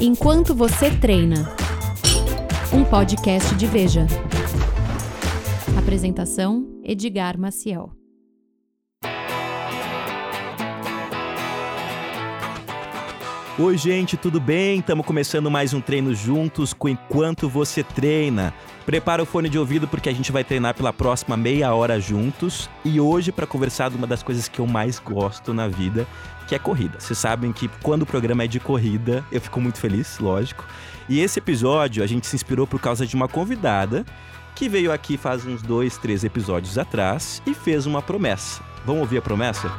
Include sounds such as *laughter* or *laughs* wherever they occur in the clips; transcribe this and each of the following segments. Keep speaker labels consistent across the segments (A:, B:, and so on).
A: Enquanto você treina. Um podcast de Veja. Apresentação: Edgar Maciel.
B: Oi, gente, tudo bem? Estamos começando mais um treino juntos com Enquanto Você Treina. Prepara o fone de ouvido porque a gente vai treinar pela próxima meia hora juntos. E hoje, para conversar de uma das coisas que eu mais gosto na vida, que é corrida. Vocês sabem que quando o programa é de corrida, eu fico muito feliz, lógico. E esse episódio a gente se inspirou por causa de uma convidada que veio aqui faz uns dois, três episódios atrás e fez uma promessa. Vamos ouvir a promessa?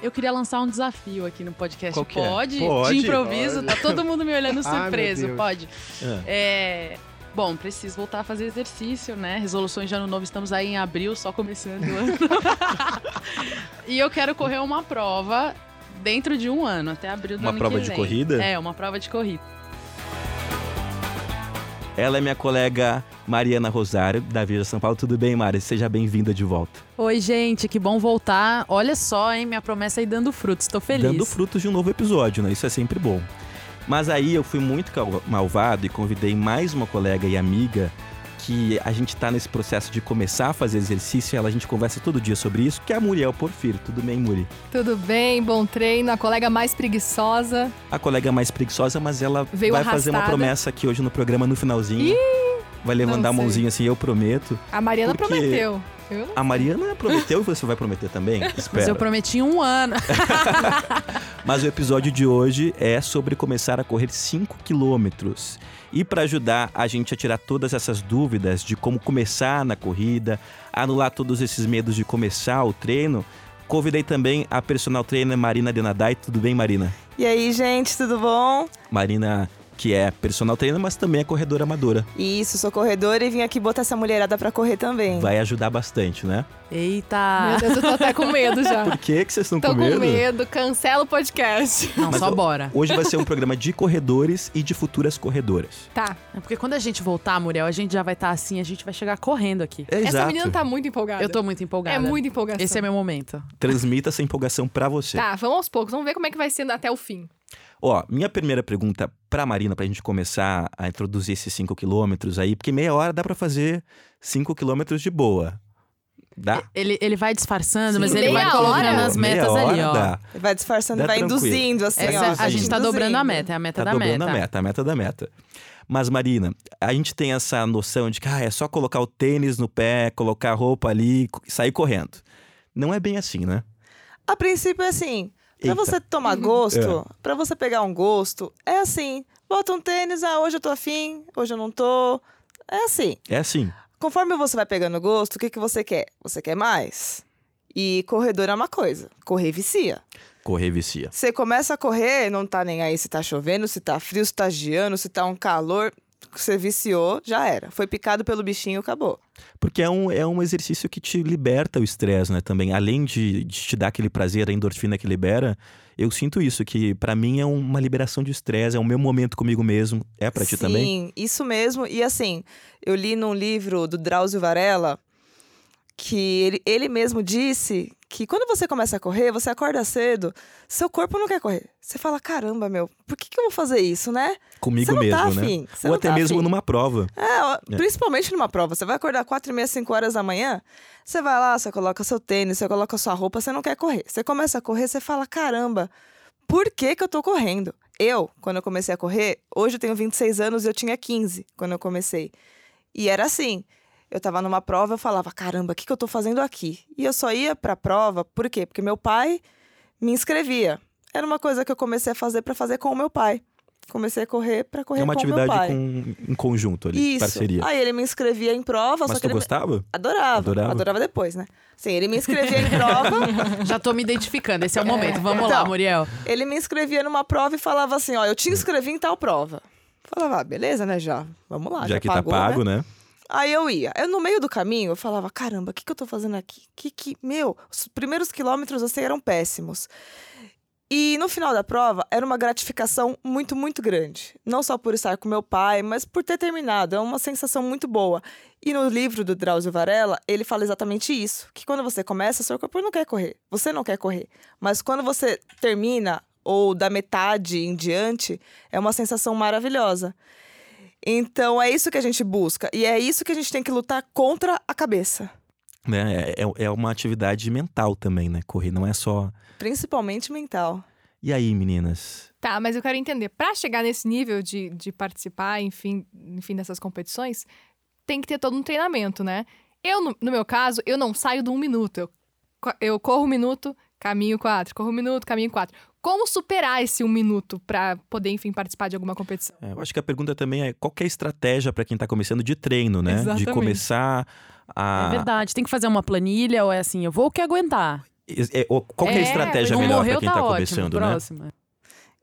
C: Eu queria lançar um desafio aqui no podcast.
B: Qual que é?
C: Pode?
B: Pode.
C: De improviso? Tá todo mundo me olhando
D: *laughs* Ai, meu
C: surpreso.
D: Deus.
C: Pode?
B: Ah.
C: É, Bom, preciso voltar a fazer exercício, né? Resoluções de ano novo, estamos aí em abril, só começando o ano. *laughs* e eu quero correr uma prova dentro de um ano, até abril do
B: Uma
C: ano que
B: prova de
C: vem.
B: corrida?
C: É, uma prova de corrida.
B: Ela é minha colega Mariana Rosário, da Veja São Paulo. Tudo bem, Mari? Seja bem-vinda de volta.
C: Oi, gente, que bom voltar. Olha só, hein? Minha promessa aí dando frutos, tô feliz.
B: Dando frutos de um novo episódio, né? Isso é sempre bom. Mas aí eu fui muito cal- malvado e convidei mais uma colega e amiga que a gente tá nesse processo de começar a fazer exercício e ela a gente conversa todo dia sobre isso, que é a Muriel Porfírio. Tudo bem, Muri?
E: Tudo bem, bom treino. A colega mais preguiçosa.
B: A colega mais preguiçosa, mas ela
E: Veio
B: vai fazer uma
E: arrastada.
B: promessa aqui hoje no programa, no finalzinho. vai levantar a
E: não sei.
B: mãozinha assim, eu prometo.
E: A Mariana
B: Por quê?
E: prometeu. Eu não-
B: A Mariana prometeu e você vai prometer
E: *laughs*
B: também? Espera.
C: Mas eu prometi um ano. *laughs*
B: Mas o episódio de hoje é sobre começar a correr 5 quilômetros. E para ajudar a gente a tirar todas essas dúvidas de como começar na corrida, anular todos esses medos de começar o treino, convidei também a personal trainer Marina Denadai. Tudo bem, Marina?
F: E aí, gente, tudo bom?
B: Marina, que é personal trainer, mas também é corredora amadora.
F: Isso, sou corredora e vim aqui botar essa mulherada pra correr também.
B: Vai ajudar bastante, né?
C: Eita!
E: Meu Deus, eu tô até com medo já.
B: Ah. *laughs* Por que, que vocês estão
E: Tô
B: com medo?
E: com medo, cancela o podcast.
C: Não,
B: Mas
C: só
B: o-
C: bora.
B: Hoje vai ser um programa de corredores e de futuras corredoras.
E: Tá.
C: É porque quando a gente voltar, Muriel, a gente já vai estar assim, a gente vai chegar correndo aqui.
B: É
E: Essa menina tá muito empolgada.
C: Eu tô muito empolgada.
E: É muita empolgação.
C: Esse é meu momento.
B: Transmita essa empolgação para você.
E: Tá, vamos aos poucos. Vamos ver como é que vai sendo até o fim.
B: Ó, minha primeira pergunta pra Marina, pra gente começar a introduzir esses 5 quilômetros aí, porque meia hora dá pra fazer 5 quilômetros de boa. Dá?
C: Ele, ele vai disfarçando,
B: Sim.
C: É, mas ele
E: Meia
C: vai colocando
E: hora?
C: as
B: Meia
C: metas
B: hora
C: ali, ó.
B: Dá.
F: Vai disfarçando,
B: Dá
F: vai
B: tranquilo.
F: induzindo, assim,
C: Essa-
F: ó.
B: Sim.
C: a gente tá
F: induzindo.
C: dobrando a meta, é a meta
B: Tá
C: da
B: dobrando
C: meta.
B: a meta, a meta da meta. Mas, Marina, a gente tem essa noção de que ah, é só colocar o tênis no pé, colocar a roupa ali co- e sair correndo. Não é bem assim, né?
F: A princípio é assim,
B: Eita.
F: pra
B: Uhum. É.
F: você tomar gosto, pra você pegar um gosto, é assim. Bota um tênis, ah, hoje eu tô afim, hoje eu não tô. É assim.
B: É assim.
F: Conforme você vai pegando gosto, o que, que você quer? Você quer mais? E corredor é uma coisa, correr vicia.
B: Correr vicia.
F: Você começa a correr, não tá nem aí se tá chovendo, se tá frio, se tá geando, se tá um calor. Você viciou, já era. Foi picado pelo bichinho, acabou.
B: Porque é um, é um exercício que te liberta o estresse, né? Também, além de, de te dar aquele prazer, a endorfina que libera, eu sinto isso, que pra mim é uma liberação de estresse, é o meu momento comigo mesmo. É pra ti
F: Sim,
B: também?
F: isso mesmo. E assim, eu li num livro do Drauzio Varela que ele, ele mesmo disse que quando você começa a correr, você acorda cedo, seu corpo não quer correr. Você fala, caramba, meu, por que, que eu vou fazer isso, né?
B: Comigo
F: você não
B: mesmo,
F: tá
B: né?
F: afim. Você
B: Ou
F: não
B: até
F: tá
B: mesmo
F: afim.
B: numa prova.
F: É, ó,
B: É.
F: principalmente numa prova. Você vai acordar 4 e meia, 5 horas da manhã, você vai lá, você coloca seu tênis, você coloca sua roupa, você não quer correr. Você começa a correr, você fala, caramba, por que que eu tô correndo? Eu, quando eu comecei a correr, hoje eu tenho 26 anos e eu tinha 15 quando eu comecei. E era assim, eu tava numa prova, eu falava, caramba, o que que eu tô fazendo aqui? E eu só ia pra prova, por quê? Porque meu pai me inscrevia. Era uma coisa que eu comecei a fazer pra fazer com o meu pai. Comecei a correr pra correr
B: É uma
F: com o meu
B: atividade
F: pai.
B: com, em conjunto ali,
F: Isso.
B: parceria.
F: Aí ele me inscrevia em prova,
B: Mas
F: só que
B: tu
F: ele me-
B: gostava?
F: adorava,
B: Adorava?
F: adorava. depois, né? Sim, ele me inscrevia em prova,
B: *laughs*
C: Já tô me identificando, esse é o momento. Vamos lá,
F: Então.
C: Muriel.
F: ele me inscrevia numa prova e falava assim: ó, eu te inscrevi em tal prova. Falava, ah, beleza, né? Já, vamos lá. Já,
B: já, que
F: pagou,
B: tá
F: né?
B: pago, né?
F: Aí eu ia. Eu, no meio do caminho, eu falava: caramba, o que, que eu tô fazendo aqui? Que que. Meu, os primeiros quilômetros assim eram péssimos. E no final da prova, era uma gratificação muito, muito grande. Não só por estar com meu pai, mas por ter terminado. É uma sensação muito boa. E no livro do Drauzio Varela, ele fala exatamente isso: que quando você começa, seu corpo não quer correr. Você não quer correr. Mas quando você termina ou da metade em diante, é uma sensação maravilhosa. Então é isso que a gente busca e é isso que a gente tem que lutar contra a cabeça,
B: né? É, é- é uma atividade mental também, né? Correr não é só.
F: principalmente mental.
B: E aí, meninas?
E: Tá, mas eu quero entender. Pra chegar nesse nível de, de participar, enfim, enfim, dessas competições, tem que ter todo um treinamento, né? Eu, no, no meu caso, eu não saio do um minuto. Eu, co- eu corro um minuto, caminho quatro. Corro um minuto, caminho quatro. Como superar esse um minuto pra poder, enfim, participar de alguma competição?
B: É, eu acho que a pergunta também é qual que é a estratégia para quem tá começando de treino, né? De
E: Exatamente.
B: começar
D: É
B: a.
D: verdade. Tem que fazer uma planilha ou é assim, eu vou o que aguentar.
B: É, é, ou qual que é a
E: É,
B: estratégia
D: não
B: melhor para
D: morreu,
B: quem
D: tá,
B: tá,
D: ótimo.
B: começando, né?
D: Próxima.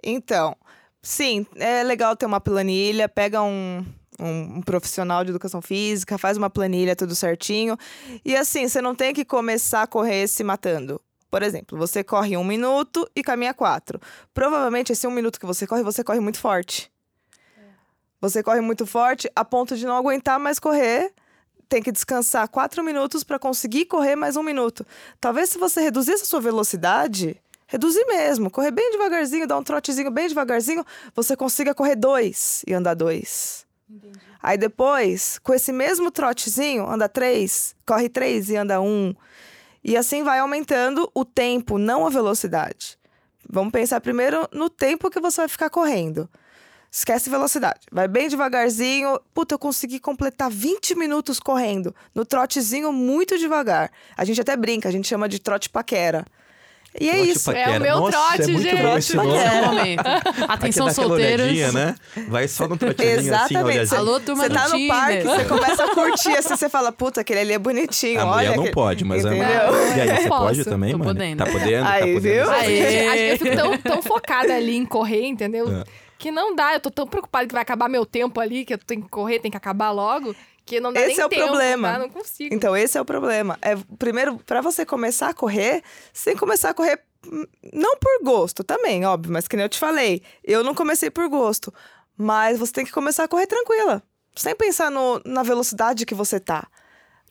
F: Então, sim, é legal ter uma planilha, pega um, um, um profissional de educação física, faz uma planilha, tudo certinho. E assim, você não tem que começar a correr se matando. Por exemplo, você corre um minuto e caminha quatro. Provavelmente esse um minuto que você corre, você corre muito forte. Você corre muito forte a ponto de não aguentar mais correr. Tem que descansar quatro minutos para conseguir correr mais um minuto. Talvez se você reduzisse a sua velocidade, reduzir mesmo, correr bem devagarzinho, dar um trotezinho bem devagarzinho, você consiga correr dois e andar dois. Aí depois, com esse mesmo trotezinho, anda três, corre três e anda um. E assim vai aumentando o tempo, não a velocidade. Vamos pensar primeiro no tempo que você vai ficar correndo. Esquece velocidade. Vai bem devagarzinho. Puta, eu consegui completar 20 minutos correndo. No trotezinho, muito devagar. A gente até brinca, a gente chama de trote paquera. E é
B: Trote
F: isso.
B: paquera.
E: É o meu
B: Nossa, é
E: trote,
B: muito bom
E: gente.
B: esse nome.
F: Paquera.
C: Só um momento. Atenção,
B: Aqui dá aquela
C: solteiros.
B: olhadinha, né? Vai só no trotezinho assim,
F: Exatamente.
B: olha assim.
D: Alô, turma
F: Você
D: do
F: tá no
D: Tinder.
F: parque,
D: *laughs*
F: você começa a curtir, assim, você fala, puta, aquele ali é bonitinho,
B: A
F: olha.
B: mulher não
F: aquele-
B: pode, mas... é A... E
F: Entendeu?
B: aí, você
E: Posso.
B: pode também,
D: Tô
B: mano?
D: podendo.
B: Tá podendo,
F: Aí,
B: tá podendo.
F: viu?
E: Mas,
C: Aê!
E: gente, a- eu fico tão, tão focada ali em correr, entendeu?
B: É.
E: Que não dá. Eu tô tão preocupada que vai acabar meu tempo ali, que eu tenho que correr, tem que acabar logo, que não dá
F: Esse
E: nem
F: é o
E: tempo,
F: problema.
E: tá? Não consigo.
F: Então, esse é o problema. É, primeiro, pra você começar a correr, você tem que começar a correr hum, não por gosto também, óbvio, mas que nem eu te falei, eu não comecei por gosto. Mas você tem que começar a correr tranquila, sem pensar no- na velocidade que você tá.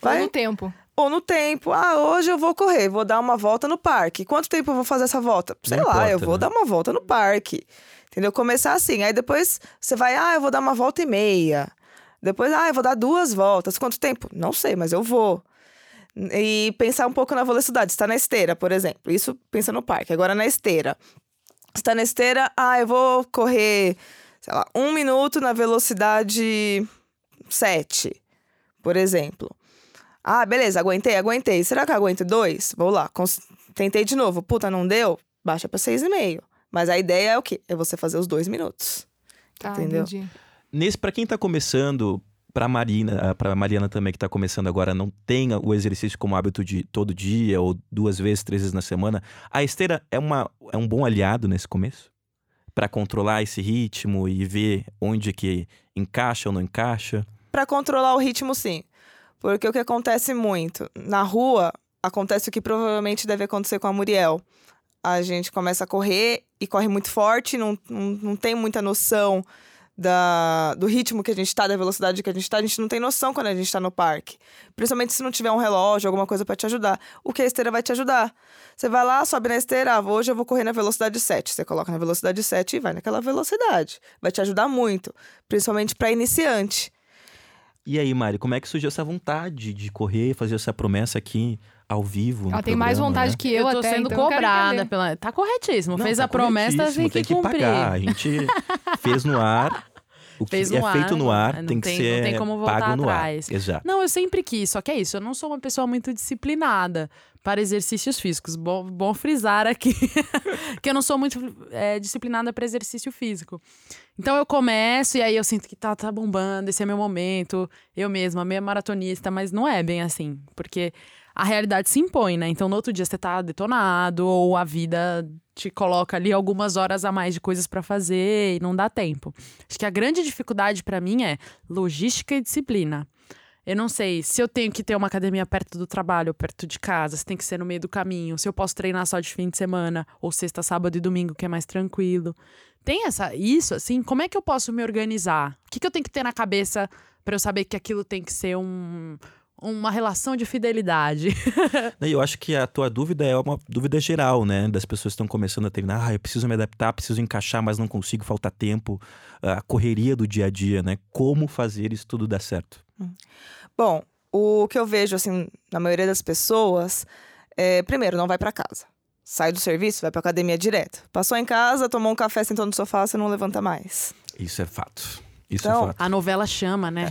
E: Vai
F: Vai
E: no tempo.
F: ou no tempo. Ah, hoje eu vou correr, vou dar uma volta no parque. Quanto tempo eu vou fazer essa volta? Sei
B: Não
F: lá,
B: importa,
F: eu vou
B: né?
F: dar uma volta no parque. Entendeu? Começar assim. Aí depois você vai, ah, eu vou dar uma volta e meia. Depois, ah, eu vou dar duas voltas. Quanto tempo? Não sei, mas eu vou. E pensar um pouco na velocidade. Está na esteira, por exemplo. Isso pensa no parque. Agora na esteira. Está na esteira, ah, eu vou correr, sei lá, um minuto na velocidade 7, por exemplo. Ah, beleza, aguentei, aguentei. Será que eu aguento dois? Vou lá, cons- tentei de novo. Puta, não deu? Baixa pra seis e meio. Mas a ideia é o quê? É você fazer os dois minutos.
E: Tá,
F: Entendeu?
E: entendi.
B: Nesse, pra quem tá começando, pra Marina, ah, pra Mariana também que tá começando agora, não tenha o exercício como hábito de todo dia, ou duas vezes, três vezes na semana, a esteira é, uma, é um bom aliado nesse começo? Pra controlar esse ritmo e ver onde que encaixa ou não encaixa?
F: Pra controlar o ritmo, sim. Porque o que acontece muito? Na rua, acontece o que provavelmente deve acontecer com a Muriel. A gente começa a correr e corre muito forte, não, não, não tem muita noção da, do ritmo que a gente tá, da velocidade que a gente tá. A gente não tem noção quando a gente tá no parque. Principalmente se não tiver um relógio, alguma coisa pra te ajudar. O que a esteira vai te ajudar? Você vai lá, sobe na esteira, ah, hoje eu vou correr na velocidade 7. Você coloca na velocidade 7 e vai naquela velocidade. Vai te ajudar muito, principalmente pra iniciante.
B: E aí, Mari, como é que surgiu essa vontade de correr, fazer essa promessa aqui ao vivo? no
E: Ela tem mais
B: programa,
E: vontade
B: né?
E: que
D: Eu,
E: eu,
D: tô
E: até,
D: sendo
E: então eu quero
D: cobrada
E: entender.
D: pela. Tá corretíssimo.
B: Não,
D: Fez
B: tá
D: a promessa,
B: corretíssimo,
D: tem que, cumprir.
B: Pagar. A gente fez no ar. O que
D: Fez
B: é
D: no
B: feito
D: ar,
B: no ar
D: não
B: tem que
D: tem-
B: ser
D: não tem como voltar
B: pago no
D: atrás.
B: ar. Exato.
D: Não, eu sempre quis, só que é isso. Eu não sou uma pessoa muito disciplinada para exercícios físicos. Bom, bom frisar aqui *laughs* que eu não sou muito é, disciplinada para exercício físico. Então eu começo e aí eu sinto que tá, tá bombando, esse é meu momento. Eu mesma, meio maratonista, mas não é bem assim, porque a realidade se impõe, né? Então no outro dia você tá detonado ou a vida te coloca ali algumas horas a mais de coisas para fazer e não dá tempo. Acho que a grande dificuldade para mim é logística e disciplina. Eu não sei se eu tenho que ter uma academia perto do trabalho, ou perto de casa, se tem que ser no meio do caminho, se eu posso treinar só de fim de semana, ou sexta, sábado e domingo, que é mais tranquilo. Tem essa isso assim, como é que eu posso me organizar? O que, que eu tenho que ter na cabeça pra eu saber que aquilo tem que ser um uma relação de fidelidade. *laughs*
B: E eu acho que a tua dúvida é uma dúvida geral, né? Das pessoas que estão começando a treinar. Ah, eu preciso me adaptar, preciso encaixar, mas não consigo, falta tempo. A correria do dia a dia, né? Como fazer isso tudo dar certo?
F: Bom, o que eu vejo, assim, na maioria das pessoas, é, primeiro, não vai pra casa. Sai do serviço, vai pra academia direto. Passou em casa, tomou um café, sentou no sofá, você não levanta mais.
B: Isso é fato. Isso
F: Então,
B: é fato.
D: A novela chama, né?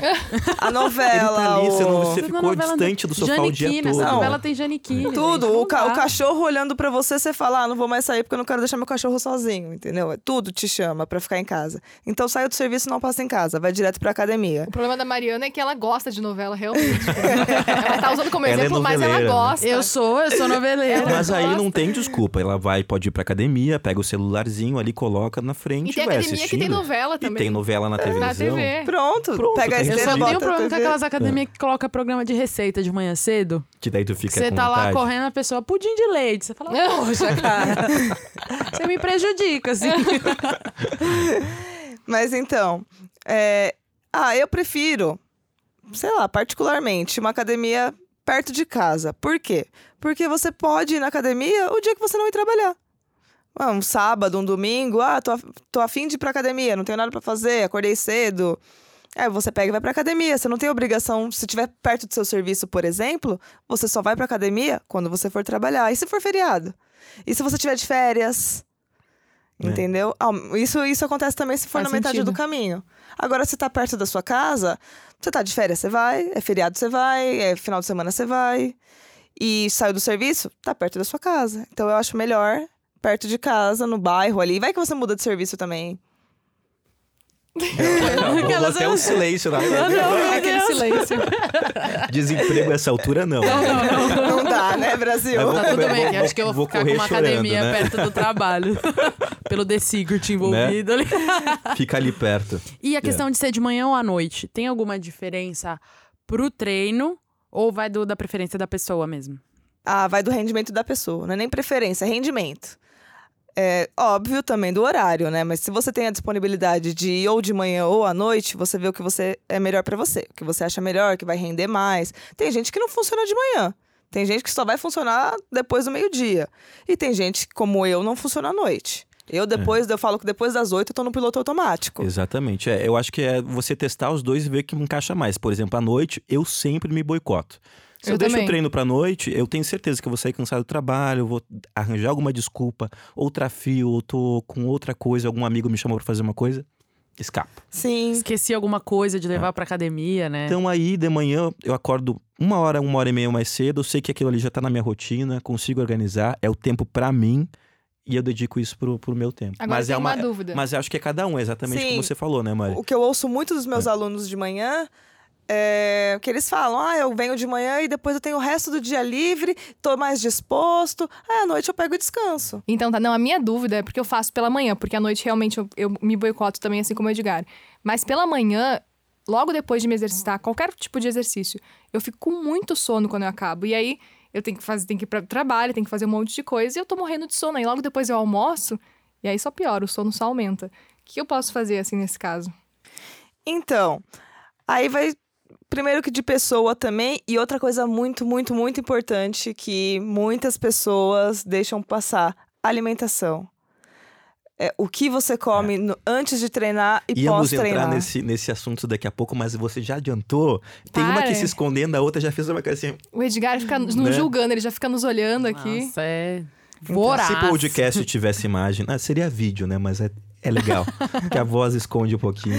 B: *laughs*
F: A
B: Ele tá
F: novela,
B: ali, você, não-
F: o...
B: você
D: Na
B: ficou
D: novela
B: distante do sofá o dia
D: Janiquine,
B: todo.
D: Essa
F: Não.
D: novela tem Janiquine.
F: tudo.
D: gente, não
F: o, ca- o
D: dá.
F: cachorro olhando pra você, você fala, ah, não vou mais sair porque eu não quero deixar meu cachorro sozinho, entendeu? É Tudo te chama pra ficar em casa. Então, saiu do serviço, não passa em casa, vai direto pra academia.
E: O problema da Mariana é que ela gosta de novela,
B: *laughs*
E: realmente. tipo, ela tá usando como
B: Ela é
E: exemplo, mas ela
B: noveleira, né?
E: gosta.
D: Eu sou, eu sou noveleira.
B: Mas aí não tem desculpa. Ela vai, pode ir pra academia, pega o celularzinho ali, coloca na frente
E: E tem
B: vai
E: academia que tem
B: assistindo.
E: novela
B: E
E: também. né?
B: tem novela na televisão.
E: na TV.
F: Pronto,
B: Pronto,
F: pega a
B: tá
D: É. Eu
F: esteira,
D: só
B: entendido.
D: tenho
F: É, bota na
D: problema com
F: TV.
D: aquelas
B: É.
D: academias que coloca programa de receita de manhã cedo.
B: Que daí tu fica
D: Você
B: com
D: tá lá
B: vontade.
D: correndo, a pessoa, pudim de leite. Você fala, poxa, cara, você me prejudica, *laughs* assim.
F: Mas então, é, ah, eu prefiro, sei lá, particularmente, uma academia perto de casa. Por quê? Porque você pode ir na academia o dia que você não ir trabalhar. Ah, Um sábado, um domingo, ah, tô, af- tô afim de ir pra academia, não tenho nada pra fazer, acordei cedo. Aí você pega e vai pra academia. Você não tem obrigação, se tiver perto do seu serviço, por exemplo, você só vai pra academia quando você for trabalhar. E se for feriado? E se você tiver de férias?
B: É.
F: Entendeu? Ah, Isso, isso acontece também se for
D: Faz
F: na metade
D: sentido.
F: do caminho. Agora, se tá perto da sua casa, você tá de férias, você vai, é feriado, você vai, é final de semana, você vai. E saiu do serviço, tá perto da sua casa. Então eu acho melhor perto de casa, no bairro ali. Vai que você muda de serviço também.
B: *laughs* Rolou até um silêncio
E: *laughs*
B: na
E: Aquele silêncio.
D: Então,
B: Desemprego a essa altura, não.
F: Não dá, né, Brasil?
B: Mas vou-
D: Tá tudo bem, aqui. acho que eu vou,
B: Vou
D: ficar com
B: correr
D: uma
B: chorando,
D: academia
B: né?
D: perto
B: *laughs*
D: do trabalho. Pelo The Secret envolvido ali.
B: Fica ali perto.
D: E a questão de ser de manhã ou à noite, tem alguma diferença pro treino ou vai do, da preferência da pessoa mesmo?
F: Ah, vai do rendimento da pessoa, não é nem preferência, é rendimento. É óbvio também do horário, né? Mas se você tem a disponibilidade de ir ou de manhã ou à noite, você vê o que você é melhor pra você, o que você acha melhor, que vai render mais. Tem gente que não funciona de manhã. Tem gente que só vai funcionar depois do meio-dia. E tem gente, como eu, não funciona à noite. Eu depois, eu falo que depois das oito eu tô no piloto automático.
B: Exatamente. É, eu acho que é você testar os dois e ver que encaixa mais. Por exemplo, à noite, eu sempre me boicoto. Se eu,
E: Eu
B: deixo o
E: também.
B: treino pra noite, eu tenho certeza que eu vou sair cansado do trabalho, eu vou arranjar alguma desculpa, ou trafio, ou tô com outra coisa, algum amigo me chamou pra fazer uma coisa, escapo.
F: Sim.
D: Esqueci alguma coisa de levar pra academia, né?
B: Então aí de manhã eu acordo uma hora, uma hora e meia mais cedo, eu sei que aquilo ali já tá na minha rotina, consigo organizar, é o tempo pra mim e eu dedico isso pro, pro meu tempo.
E: Agora
B: mas
E: tem
B: é
E: uma, dúvida.
B: mas eu acho que é cada um, é exatamente
F: Sim.
B: como você falou, né, Mari?
F: O que eu ouço muito dos
B: É.
F: meus alunos de manhã é que eles falam: ah, eu venho de manhã e depois eu tenho o resto do dia livre, tô mais disposto, aí à noite eu pego e descanso.
E: Então tá, não, a minha dúvida é porque eu faço pela manhã, porque à noite realmente eu, eu me boicoto também, assim como o Edgar. Mas pela manhã, logo depois de me exercitar, qualquer tipo de exercício, eu fico com muito sono quando eu acabo. E aí eu tenho que fazer, tenho que ir pra trabalho, tenho que fazer um monte de coisa, e eu tô morrendo de sono. Aí logo depois eu almoço, e aí só piora, o sono só aumenta. O que eu posso fazer assim nesse caso?
F: Então, aí vai. Primeiro que de pessoa também, e outra coisa muito, muito, muito importante que muitas pessoas deixam passar: alimentação. É, o que você come no- antes de treinar e
B: Íamos entrar
F: pós-treinar.
B: nesse, nesse assunto daqui a pouco, mas você já adiantou. Tem uma
E: Para.
B: que se escondendo, a outra já fez uma coisa assim.
E: O Edgar fica nos nos
B: Né?
E: julgando, ele já fica nos
D: um
E: olhando aqui.
D: Nossa, é voraz.
B: Então, Se podcast tivesse imagem, ah, seria vídeo, né? Mas é, é legal,
E: *laughs*
B: que a voz esconde um pouquinho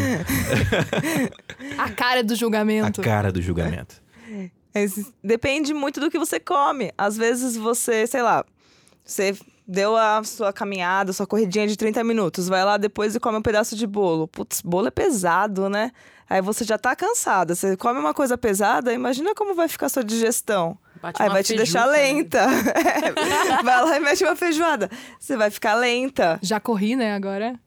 E: A cara do
B: a
E: julgamento.
B: cara do julgamento.
F: Esse- Depende muito do que você come. Às vezes você, sei lá, você deu a sua caminhada, sua corridinha de 30 minutos, vai lá depois e come um pedaço de bolo. Putz, bolo é pesado, né? Aí você já tá cansada. Você come uma coisa pesada, imagina como vai ficar a sua digestão.
D: Bate
F: Aí
D: uma
F: vai te deixar
D: feijuca, né? *laughs*
F: lenta. É. vai lá e mete uma feijoada. Você vai ficar
D: *laughs*
F: lenta.
E: Já corri, né? Agora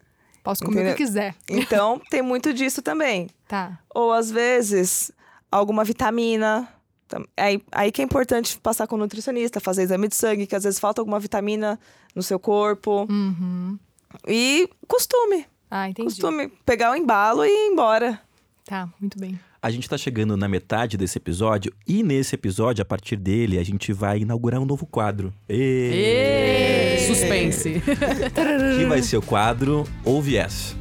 E: posso comer o que eu quiser.
F: Então, tem muito disso também.
E: Tá.
F: ou às vezes alguma vitamina. Tam- Aí, aí que é importante passar com o nutricionista, fazer exame de sangue, que às vezes falta alguma vitamina no seu corpo.
E: Uhum.
F: E costume,
E: Ah, entendi.
F: costume pegar o embalo e ir embora.
E: Tá, muito bem.
B: A gente está chegando na metade desse episódio e nesse episódio, a partir dele, a gente vai inaugurar um novo quadro. Ê!
D: Ê! Suspense.
B: Que vai ser o quadro ou viés.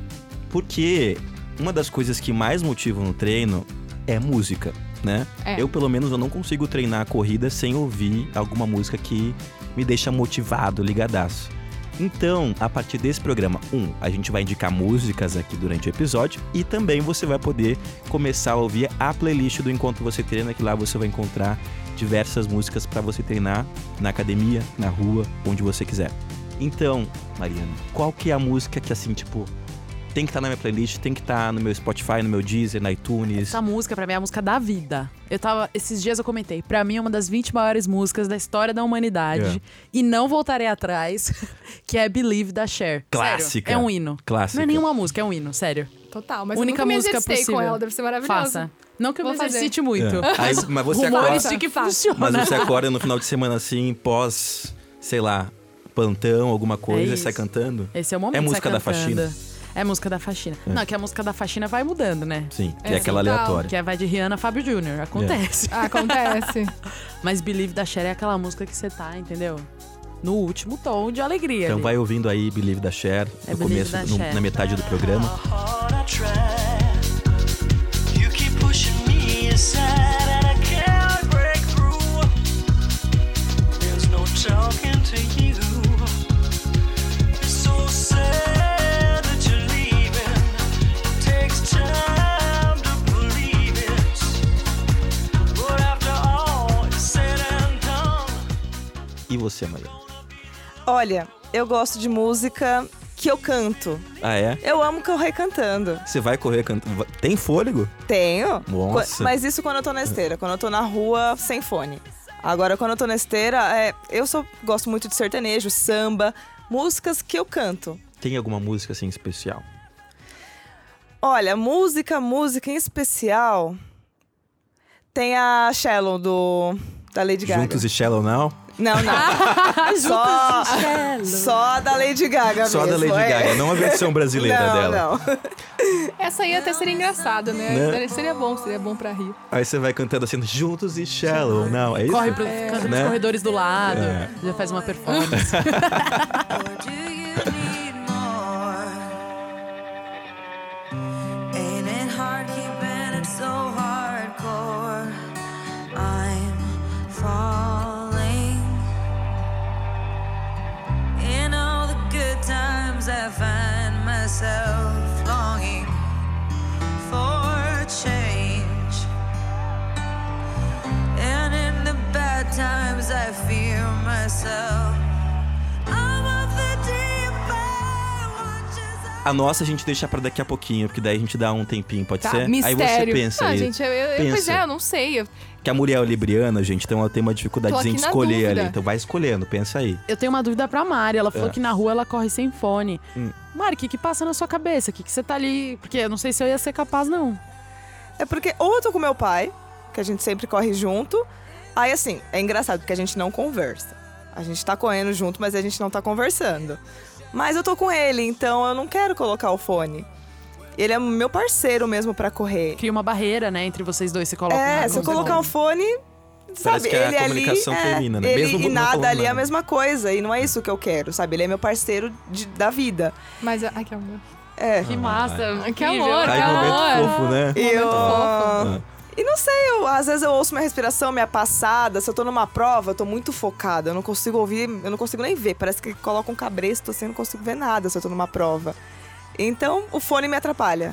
B: Porque uma das coisas que mais motivam no treino é música, né?
E: É.
B: Eu, pelo menos, eu não consigo treinar a corrida sem ouvir alguma música que me deixa motivado, ligadaço. Então, a partir desse programa, um, a gente vai indicar músicas aqui durante o episódio e também você vai poder começar a ouvir a playlist do Enquanto Você Treina, que lá você vai encontrar diversas músicas para você treinar na academia, na rua, onde você quiser. Então, Mariana, qual que é a música que assim, tipo, tem que estar na minha playlist, tem que estar no meu Spotify, no meu Deezer, na iTunes?
D: Essa música, pra mim, é a música da vida. Eu tava. Esses dias eu comentei. Pra mim, é uma das 20 maiores músicas da história da humanidade.
B: É.
D: E não voltarei atrás, *laughs* que é Believe da Cher.
B: Clássica.
D: Sério, é um hino.
B: Clássica.
D: Não é nenhuma música, é um hino, sério.
E: Total, mas
D: Única
E: eu nunca me
D: música
E: exercitei
D: possível.
E: com é ela, deve ser maravilhosa.
D: Faça. Não que eu
E: Vou
D: me
E: fazer.
D: exercite
B: É.
D: muito. *laughs*
B: Aí, mas você
D: Rumores
B: acorda,
E: corta.
D: de que
E: Faça.
D: funciona.
B: mas você acorda no final de semana assim, pós, sei lá, plantão, alguma coisa,
D: É isso.
B: sai cantando?
D: Esse é o momento.
B: É
D: que
B: música da
D: sai cantando.
B: faxina?
D: É música da faxina. Não, é que a música da faxina vai mudando, né?
B: Sim, que é,
E: É,
B: aquela
E: total.
B: aleatória.
D: Que é vai de Rihanna a Fábio Júnior. Acontece.
E: É. Ah, Acontece.
D: *laughs*
E: *laughs*
D: Mas Believe da Cher é aquela música que você tá, entendeu? No último tom de alegria.
B: Então
D: ali.
B: vai ouvindo aí Believe da Cher,
D: É
B: no
D: Believe
B: começo,
D: da
B: no-
D: Cher.
B: na metade do programa.
G: hard I try. You keep pushing me aside, and I can't break through. There's no talking to you. It's so sad that you're leaving. It takes time to believe it. But after all is said and done.
B: E você, Mariana?
F: Olha, eu gosto de música que eu canto.
B: Ah, é?
F: Eu amo correr cantando.
B: Você vai correr cantando. Tem fôlego?
F: Tenho.
B: Nossa.
F: Qu- Mas isso quando eu tô na esteira, quando eu tô na rua sem fone. Agora, quando eu tô na esteira, é, eu sou, gosto muito de sertanejo, samba, músicas que eu canto.
B: Tem alguma música assim especial?
F: Olha, música, música em especial. Tem a Shallow do da Lady Gaga.
B: Juntos e Shallow Now?
F: Não,
D: Tá
F: não. só,
D: *laughs*
F: só da Lady Gaga
B: Só da
F: mesmo,
B: Lady
F: é.
B: Gaga, não a versão
D: *laughs*
B: brasileira
F: Não,
B: dela.
F: não.
E: Essa aí até seria engraçada, né?
B: Né?
E: Seria bom, seria bom pra rir.
B: Aí você vai cantando assim, juntos e Shallow Now. É isso?
D: Corre pro, canta
B: Né? É.
D: nos corredores do lado, já faz uma performance.
G: Or do you need more? Ain't it hard keeping it so hardcore? I'm falling. In all the good times, I find myself longing for change. And in the bad times, I fear myself. I'm off the deep end, watch as I
B: A nossa a gente deixa pra daqui a pouquinho, porque daí a gente dá um tempinho, pode
E: Tá,
B: ser?
E: mistério.
B: Aí você pensa
E: ah,
B: aí.
E: gente, eu, eu-
B: Pensa.
E: pois é, eu não sei. Eu-
B: Que a Muriel é libriana, gente, então ela tem uma dificuldade
E: Tô
B: de
E: aqui na
B: escolher
E: dúvida.
B: ali. Então vai escolhendo, pensa aí.
D: Eu tenho uma dúvida pra Mari. Ela falou
B: É.
D: que na rua ela corre sem fone.
B: Hum.
D: Mari, o que, que passa na sua cabeça? O que, que você tá ali? Porque eu não sei se eu ia ser capaz, não.
F: É porque ou eu tô com meu pai, que a gente sempre corre junto. Aí, assim, é engraçado, porque a gente não conversa. A gente tá correndo junto, mas a gente não tá conversando. Mas eu tô com ele, então eu não quero colocar o fone. Ele é meu parceiro mesmo pra correr.
D: Cria uma barreira, né, entre vocês dois. Você coloca
F: é,
D: um-
F: se eu
D: um-
F: colocar o fone, sabe,
B: que a
F: ele ali.
B: comunicação
F: é,
B: termina, né?
F: Ele
B: Mesmo
F: e
B: não falando
F: nada ali é
B: nada.
F: a mesma coisa. E não é isso que eu quero, sabe? Ele é meu parceiro de- da vida.
E: Mas, ah, ai, que amor.
F: É.
B: Ah.
D: Que massa.
E: Que
D: incrível.
E: amor.
B: Aí um
E: Ah.
B: momento fofo, né?
F: E eu...
B: Ah.
F: E não sei, eu- às vezes eu ouço minha respiração, minha passada. Se eu tô numa prova, eu tô muito focada. Eu não consigo ouvir, eu não consigo nem ver. Parece que coloca um cabresto assim, eu não consigo ver nada se eu tô numa prova. Então o fone me atrapalha.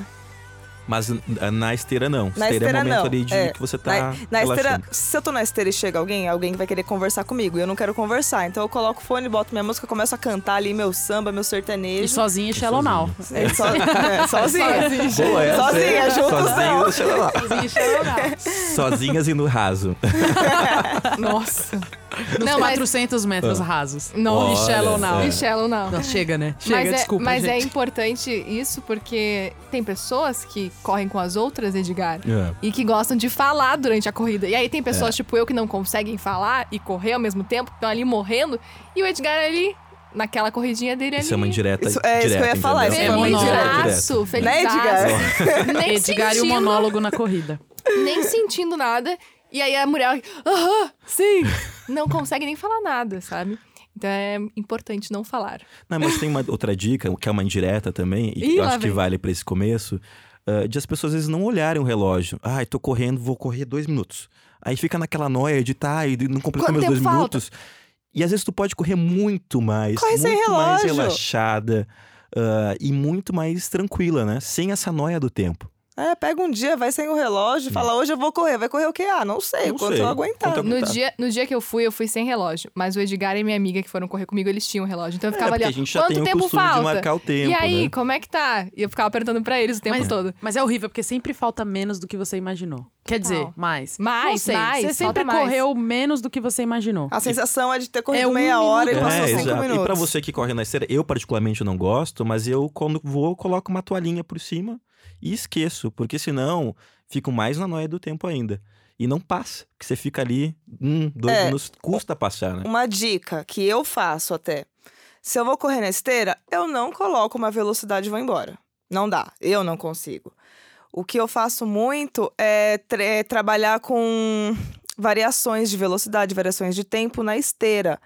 B: Mas n- na esteira não.
F: Na
B: esteira, é
F: esteira,
B: o momento
F: não.
B: ali de
F: É.
B: que você tá.
F: na esteira,
B: relaxando.
F: se eu tô na esteira e chega alguém, alguém vai querer conversar comigo. E eu não quero conversar. Então eu coloco o fone, boto minha música, começo a cantar ali meu samba,
D: E
F: meu
D: assim.
F: sertanejo.
D: sozinha, Shallow Now.
F: É,
D: *laughs*
F: so- é, sozinha.
B: *laughs* Boa essa,
F: Sozinha,
B: hein?
F: juntos
B: Sozinho,
F: não.
B: deixa lá.
D: Sozinha, Shallow Now.
B: Sozinhas e no
E: *laughs*
B: raso.
E: Nossa.
D: Nos
E: Não, mas-
D: 400 metros
B: Ah.
D: rasos.
E: Não,
B: Olha é.
E: e
B: só.
E: Shallow Now. E Shallow Now.
D: Não, chega, né? Chega,
E: mas é,
D: desculpa,
E: mas é
D: gente.
E: importante isso porque tem pessoas que correm com as outras, Edgar,
B: É.
E: e que gostam de falar durante a corrida. E aí tem pessoas tipo eu que não conseguem falar e correr ao mesmo tempo, que estão ali morrendo, e o Edgar ali, naquela corridinha dele ali.
B: Isso é uma indireta.
F: Isso- é isso que eu ia
B: direta,
F: falar,
B: entendeu? é
F: isso
D: foi uma
E: Felizaço,
B: Direta.
E: felizaço.
F: Né, Edgar?
E: Nem
D: Edgar e o
E: sentindo.
D: monólogo na corrida.
E: nem sentindo nada. E aí a mulher, aham, sim, não consegue nem falar nada, sabe? Então é importante não falar.
B: Não, mas tem uma outra dica, que é uma indireta também, e
E: Ih,
B: que eu
E: lá
B: acho que
E: vem.
B: vale pra esse começo, ah, de as pessoas às vezes não olharem o relógio. Ai, tô correndo, vou correr dois minutos. Aí fica naquela noia de tá, e não completou
E: Quanto
B: meus
E: tempo
B: dois
E: falta?
B: minutos. E às vezes tu pode correr muito mais,
F: Corre
B: muito
F: sem
B: mais
F: relógio.
B: relaxada ah, e muito mais tranquila, né? Sem essa noia do tempo.
F: É, pega um dia, vai sem o relógio, fala, hoje eu vou correr. Vai correr o quê? Ah, não sei,
B: Não
F: quanto
B: sei.
F: eu aguentar.
B: Quanto eu-
E: No
B: Tá.
E: dia, no dia que eu fui, eu fui sem relógio. Mas o Edgar e minha amiga que foram correr comigo, eles tinham relógio. Então eu
B: é,
E: ficava
B: porque
E: ali,
B: a
E: ó,
B: gente já
E: quanto
B: tem o
E: tempo
B: costume
E: falta?
B: de marcar o tempo,
E: e aí,
B: né?
E: como é que tá? E eu ficava perguntando pra eles o tempo
D: Mas-
E: todo.
D: Mas é horrível, porque sempre falta menos do que você imaginou. Quer dizer,
E: Total.
D: mais.
E: Mais,
D: Não sei,
E: mais,
D: Você sempre
E: falta mais.
D: correu menos do que você imaginou.
F: A sensação é de ter corrido
D: É um
F: meia hora e
D: minuto.
F: passou
B: É,
F: cinco
B: exato.
F: minutos.
B: E pra você que corre na esteira, eu particularmente não gosto, mas eu quando vou coloco uma toalhinha por cima e esqueço, porque senão fico mais na noia do tempo ainda. E não passa, porque você fica ali um, dois
F: É.
B: minutos, custa passar, né?
F: Uma dica que eu faço até. Se eu vou correr na esteira, eu não coloco uma velocidade e vou embora. Não dá, eu não consigo. O que eu faço muito é, tra- é trabalhar com variações de velocidade, variações de tempo na esteira.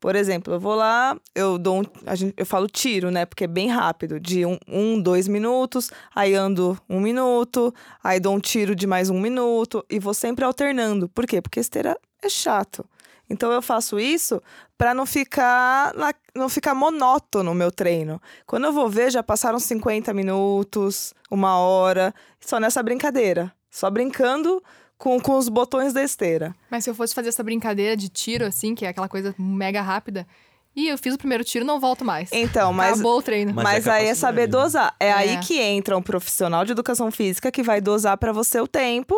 F: Por exemplo, eu vou lá, eu dou um, a gente- eu falo tiro, né? Porque é bem rápido, de um, um, dois minutos, aí ando um minuto, aí dou um tiro de mais um minuto e vou sempre alternando. Por quê? Porque esteira é chato. Então eu faço isso para não ficar na- não ficar monótono o meu treino. Quando eu vou ver, já passaram 50 minutos, uma hora, só nessa brincadeira. Só brincando com, com os botões da esteira.
E: Mas se eu fosse fazer essa brincadeira de tiro, assim, que é aquela coisa mega rápida, e eu fiz o primeiro tiro, não volto mais.
F: Então, mas.
E: Acabou o treino.
B: É, Mas-
F: Mas,
B: é
F: aí é
B: capacidade,
F: saber
B: né?
F: dosar. É,
E: É.
F: aí que entra um profissional de educação física que vai dosar para você o tempo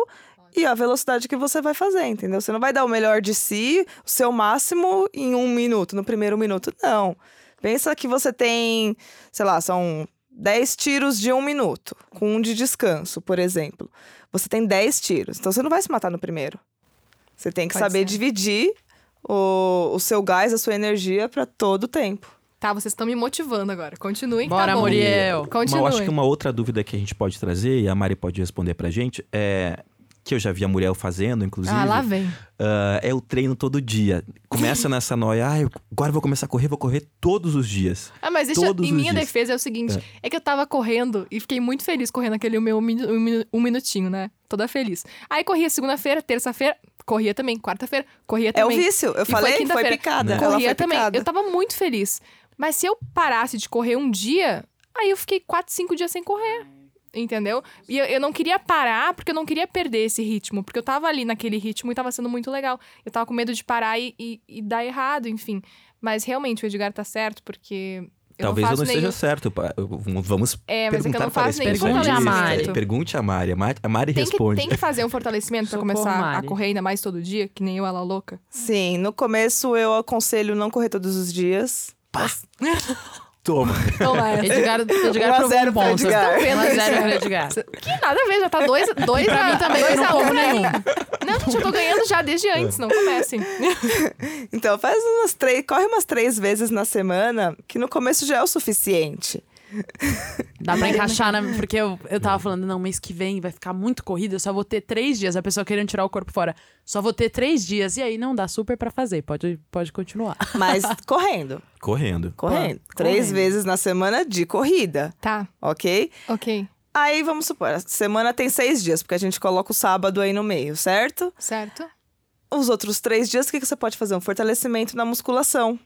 F: e a velocidade que você vai fazer, entendeu? Você não vai dar o melhor de si, o seu máximo em um minuto, no primeiro minuto. Não. Pensa que você tem, sei lá, são 10 tiros de um minuto, com um de descanso, por exemplo. Você tem 10 tiros, então você não vai se matar no primeiro. Você tem que
E: Pode
F: saber
E: ser.
F: dividir o, o seu gás, a sua energia para todo o tempo.
E: Tá, vocês estão me motivando agora. Continuem. que
D: Bora,
E: tá bom.
D: Muriel.
E: Continue.
B: Hum, Mas eu acho que uma outra dúvida que a gente pode trazer, e a Mari pode responder pra gente, é que eu já vi a Muriel fazendo, inclusive.
E: Ah, lá vem.
B: ah, é o treino todo dia. Começa nessa noia, ah, eu- agora eu vou começar a correr, vou correr todos os dias.
E: Ah, mas deixa,
B: Todos
E: em
B: os
E: minha
B: dias.
E: defesa é o seguinte: é. que eu tava correndo e fiquei muito feliz correndo aquele meu um, minu- um minu- um minutinho, né? Toda feliz. Aí corria segunda-feira, terça-feira, corria também, quarta-feira, corria
F: É o
E: também.
F: vício. Eu
E: E foi
F: falei, foi,
E: quinta-feira.
F: picada.
B: Né?
F: Ela
E: corria
F: foi
E: também.
F: picada.
E: Eu tava muito feliz. Mas se eu parasse de correr um dia, aí eu fiquei quatro, cinco dias sem correr. Entendeu? E eu, eu não queria parar porque eu não queria perder esse ritmo. Porque eu tava ali naquele ritmo e tava sendo muito legal. Eu tava com medo de parar e, e- e dar errado, enfim. Mas realmente o Edgar tá certo, porque. Eu
B: Talvez
E: não
B: eu
E: faço
B: não
E: nenhum...
B: esteja certo. pa- eu- Vamos
E: É, mas é que eu
B: perguntar
E: não
B: para a
E: faço nenhum
D: Pergunte a Mari.
E: fortalecimento.
B: Pergunte a Mari. A Mari, a Mari
E: Tem que,
B: responde.
E: tem que fazer um fortalecimento pra
D: Socorro,
E: começar
D: Mari.
E: a correr ainda mais todo dia, que nem eu, ela louca.
F: Sim, no começo eu aconselho não correr todos os dias.
B: Toma.
E: Toma essa.
D: Edgar, Edgar
F: *laughs* Um a
D: provou
F: zero
D: um
F: pro
D: ponto.
F: Edgar. é. Vocês
E: estão
D: 1
E: vendo
D: a
E: isso?
D: 0 pro Edgar.
E: Que nada a ver, já tá dois, dois
D: Pra
E: a-
D: mim também, eu
E: dois
D: não
E: a
D: como
E: um.
D: nenhum.
E: Não, gente, eu tô ganhando já desde antes, não
D: *laughs*
E: comecem.
F: Então faz umas três, corre umas três vezes na semana, que no começo já é o suficiente.
D: Dá pra encaixar, na... porque eu, eu tava falando, não, mês que vem vai ficar muito corrido, eu só vou ter três dias. A pessoa querendo tirar o corpo fora. Só vou ter três dias. E aí não dá super pra fazer. Pode, pode
F: *laughs*
D: continuar.
E: *laughs*
F: Mas correndo,
B: Correndo.
F: correndo.
D: Ah,
F: três
D: correndo.
F: vezes na semana de corrida,
E: Tá,
F: ok?
E: ok,
F: Aí vamos supor, a semana tem seis dias, porque a gente coloca o sábado aí no meio, certo?
E: certo.
F: Os outros três dias, o que, que você pode fazer? Um fortalecimento na musculação.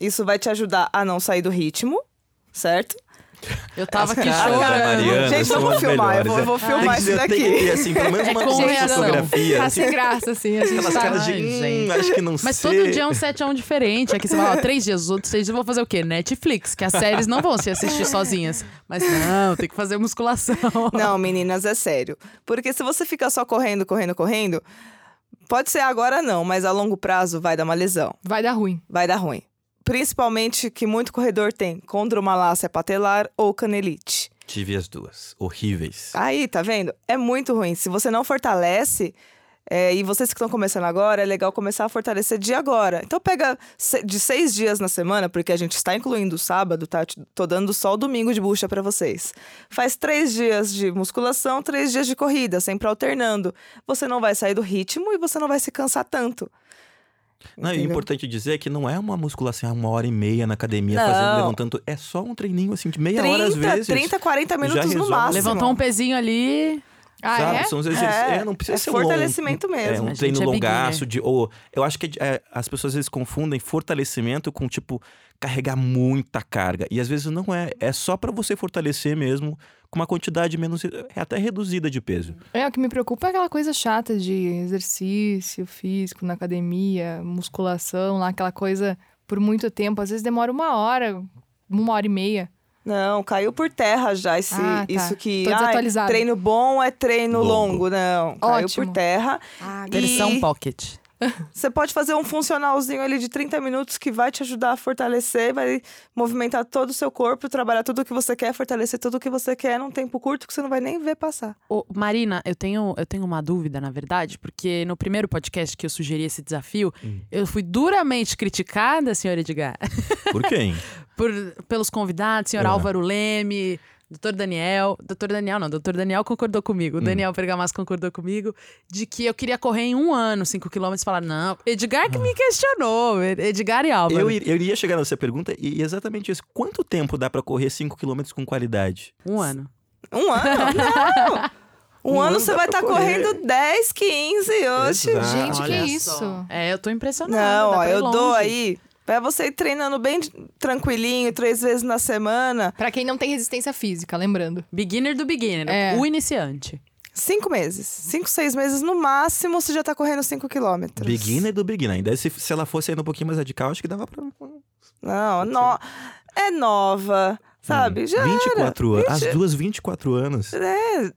F: Isso vai te ajudar a não sair do ritmo, certo?
D: Eu tava aqui
B: Caras da
D: chorando.
B: Mariana
F: Gente,
B: são
F: vamos
B: as
F: filmar,
B: melhores, é.
F: eu vou- vou filmar
B: tem que,
F: isso
B: ter- Tem que
F: daqui.
B: ter, assim, pelo menos
D: É
F: *laughs*
B: uma
D: com
B: uma
D: reação.
B: fotografia.
E: Tá
B: assim,
E: sem graça, assim. A gente
B: aquelas
E: tá...
B: caras de,
D: Ai,
B: hum,
D: gente.
B: acho que não sei.
D: Mas todo dia é um 7 a 1 diferente. Aqui você fala, ó,
F: *laughs*
D: três dias, os outros seis dias eu vou fazer o quê? Netflix, que as séries não vão se assistir sozinhas. Mas não, tem que fazer musculação.
F: Não, meninas, é sério. Porque se você fica só correndo, correndo, correndo, pode ser agora não, mas a longo prazo vai dar uma lesão,
E: Vai dar ruim.
F: vai dar ruim. Principalmente que muito corredor tem condromalácia patelar ou canelite.
B: Tive as duas. Horríveis.
F: Ah, Aí, tá vendo? É muito ruim. Se você não fortalece, É, e vocês que estão começando agora, é legal começar a fortalecer de agora. Então pega se- de seis dias na semana, porque a gente está incluindo o sábado, tá? Te- Tô dando só o domingo de bucha para vocês. Faz três dias de musculação, três dias de corrida, sempre alternando. Você não vai sair do ritmo e você não vai se cansar tanto.
B: Não, e o
F: Entendeu?
B: importante dizer que não é uma musculação, é uma hora e meia na academia
F: Não.
B: fazendo, levantando. É só um treininho assim de meia hora às vezes.
F: 30, 40 minutos no
B: resolve.
F: máximo.
D: Levantou um pezinho ali.
E: Ah,
B: sabe?
E: é?
B: São os exercícios.
F: É,
B: É, não precisa
F: é
B: ser longo.
F: fortalecimento
B: É um
F: mesmo.
D: A gente
B: treino
D: é
B: longaço de ou eu acho que é, as pessoas às vezes confundem fortalecimento com tipo carregar muita carga e às vezes não é, é só pra você fortalecer mesmo com uma quantidade menos é até reduzida de peso.
E: É, o que me preocupa é aquela coisa chata de exercício físico na academia, musculação lá, aquela coisa por muito tempo. Às vezes demora uma hora, uma hora e meia.
F: Não, caiu por terra já esse,
E: Ah, tá.
F: isso que.
E: Tô
F: ah,
E: desatualizada.
F: treino bom é treino
B: Longo.
F: longo. Não, caiu
E: Ótimo.
F: por terra.
D: Versão
F: E-
D: pocket.
F: Você pode fazer um funcionalzinho ali de 30 minutos que vai te ajudar a fortalecer, vai movimentar todo o seu corpo, trabalhar tudo o que você quer, fortalecer tudo o que você quer num tempo curto que você não vai nem ver passar.
D: Ô, Marina, eu tenho, eu tenho uma dúvida, na verdade, porque no primeiro podcast que eu sugeri esse desafio,
F: Hum.
D: eu fui duramente criticada, senhora Edgar,
B: Por quem?
D: por, pelos convidados, senhor
F: É.
B: Ah.
D: Álvaro Leme, doutor Daniel. Doutor Daniel, não, doutor Daniel concordou comigo. O
F: Hum.
D: Daniel Pergamas concordou comigo, de que eu queria correr em um ano, 5 quilômetros, falaram, não. Edgar
F: Ah.
D: que me questionou, Edgar e Álvaro.
B: eu, ir- eu iria chegar nessa pergunta e exatamente isso. Quanto tempo dá pra correr 5 km com qualidade?
D: Um ano.
B: *laughs*
F: Um ano? Não! Um,
B: Um
F: ano
B: ano
F: você
B: dá
F: vai
B: pra
F: estar
B: correr.
F: correndo 10, 15 hoje.
B: Exato.
E: Gente, que
D: Ah, Olha
E: isso?
D: só. É, eu tô impressionada.
F: Não,
D: dá
F: ó,
D: pra ir
F: eu dou
D: longe.
F: aí. Pra você ir treinando bem de- tranquilinho, três vezes na semana,
E: Pra quem não tem resistência física, lembrando.
D: Beginner do beginner,
E: É.
D: o iniciante.
F: cinco meses. Cinco, seis meses no máximo, você já tá correndo cinco quilômetros.
B: Beginner do beginner. Ainda se, se ela fosse ainda um pouquinho mais radical, acho que dava pra. um,
F: Não, no... é nova,
B: Hum.
F: sabe? Já
B: 24 anos. As duas 24 anos.
F: É,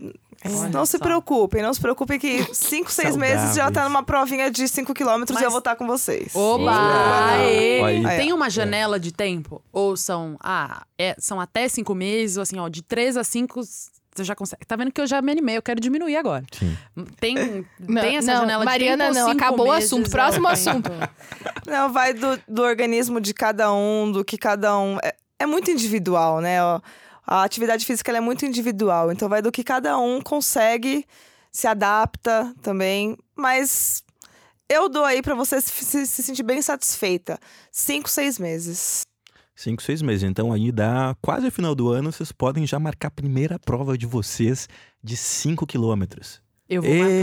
F: não se
D: só.
F: preocupem, não se preocupem que 5, 6 meses já tá
B: Saudáveis.
F: numa provinha de 5 quilômetros e
D: Mas-
F: eu vou estar com vocês.
D: Oba! aê!
B: Olha
F: aí.
D: Tem uma janela de tempo? Ou são, ah, é, são até cinco meses, ou assim, ó, de três a cinco você já consegue. Tá vendo que eu já me animei, eu quero diminuir agora.
B: Sim.
D: Tem,
E: Não,
D: tem essa
E: não,
D: janela de
E: Mariana,
D: tempo. ou
E: não,
D: cinco
E: acabou o
D: meses
E: assunto,
D: é
E: próximo
D: tempo?
E: assunto.
F: Não, vai do, do organismo de cada um, do que cada um. É, é muito individual, né? Ó, A atividade física ela é muito individual, então vai do que cada um consegue, se adapta também. Mas eu dou aí pra você se, se- se sentir bem satisfeita. 5, 6 meses.
B: Cinco, seis meses. Então aí dá quase o final do ano, vocês podem já marcar a primeira prova de vocês de 5 quilômetros.
D: Eu vou marcar.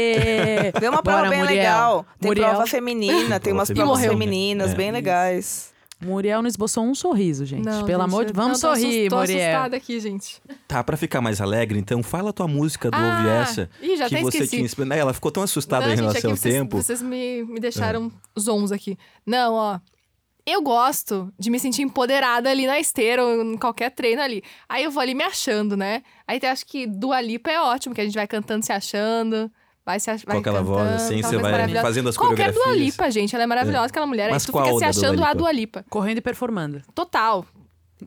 D: Aê!
F: Vê uma prova
D: *laughs* Bora,
F: bem
D: Muriel.
F: legal. Tem
D: Muriel.
F: prova feminina,
B: *laughs*
F: tem
B: Prova
F: umas provas
B: feminina.
F: femininas
B: É.
F: bem legais.
D: Muriel não esboçou um sorriso, gente. Pelo amor de Vamos sorrir,
E: tô assust- Tô
D: Muriel.
E: assustada aqui, gente.
B: Tá, pra ficar mais alegre, então fala a tua música do
E: Ah,
B: Ouve Essa.
E: Ih, já
B: que
E: até
B: você
E: esqueci.
B: tinha inspirado. Ela ficou tão assustada
E: Não,
B: em
E: gente,
B: relação
E: aqui
B: ao
E: vocês,
B: tempo. É.
E: Vocês me, me deixaram zons aqui. Não, ó. Eu gosto de me sentir empoderada ali na esteira ou em qualquer treino ali. Aí eu vou ali me achando, né? Aí eu acho que Dua Lipa é ótimo, que a gente vai cantando, se achando. Vai se ach...
B: Com
E: vai
B: aquela voz
E: cantando,
B: assim,
E: aquela
B: você
E: coisa
B: vai
E: maravilhosa.
B: fazendo as
E: Qualquer Dua
B: coreografias.
E: Lipa, gente. Ela é maravilhosa, aquela mulher.
B: Mas
E: aí tu
B: qual
E: fica se
B: da Dua
E: achando a
B: Lipa?
E: Dua Lipa.
D: Correndo e performando.
E: Total.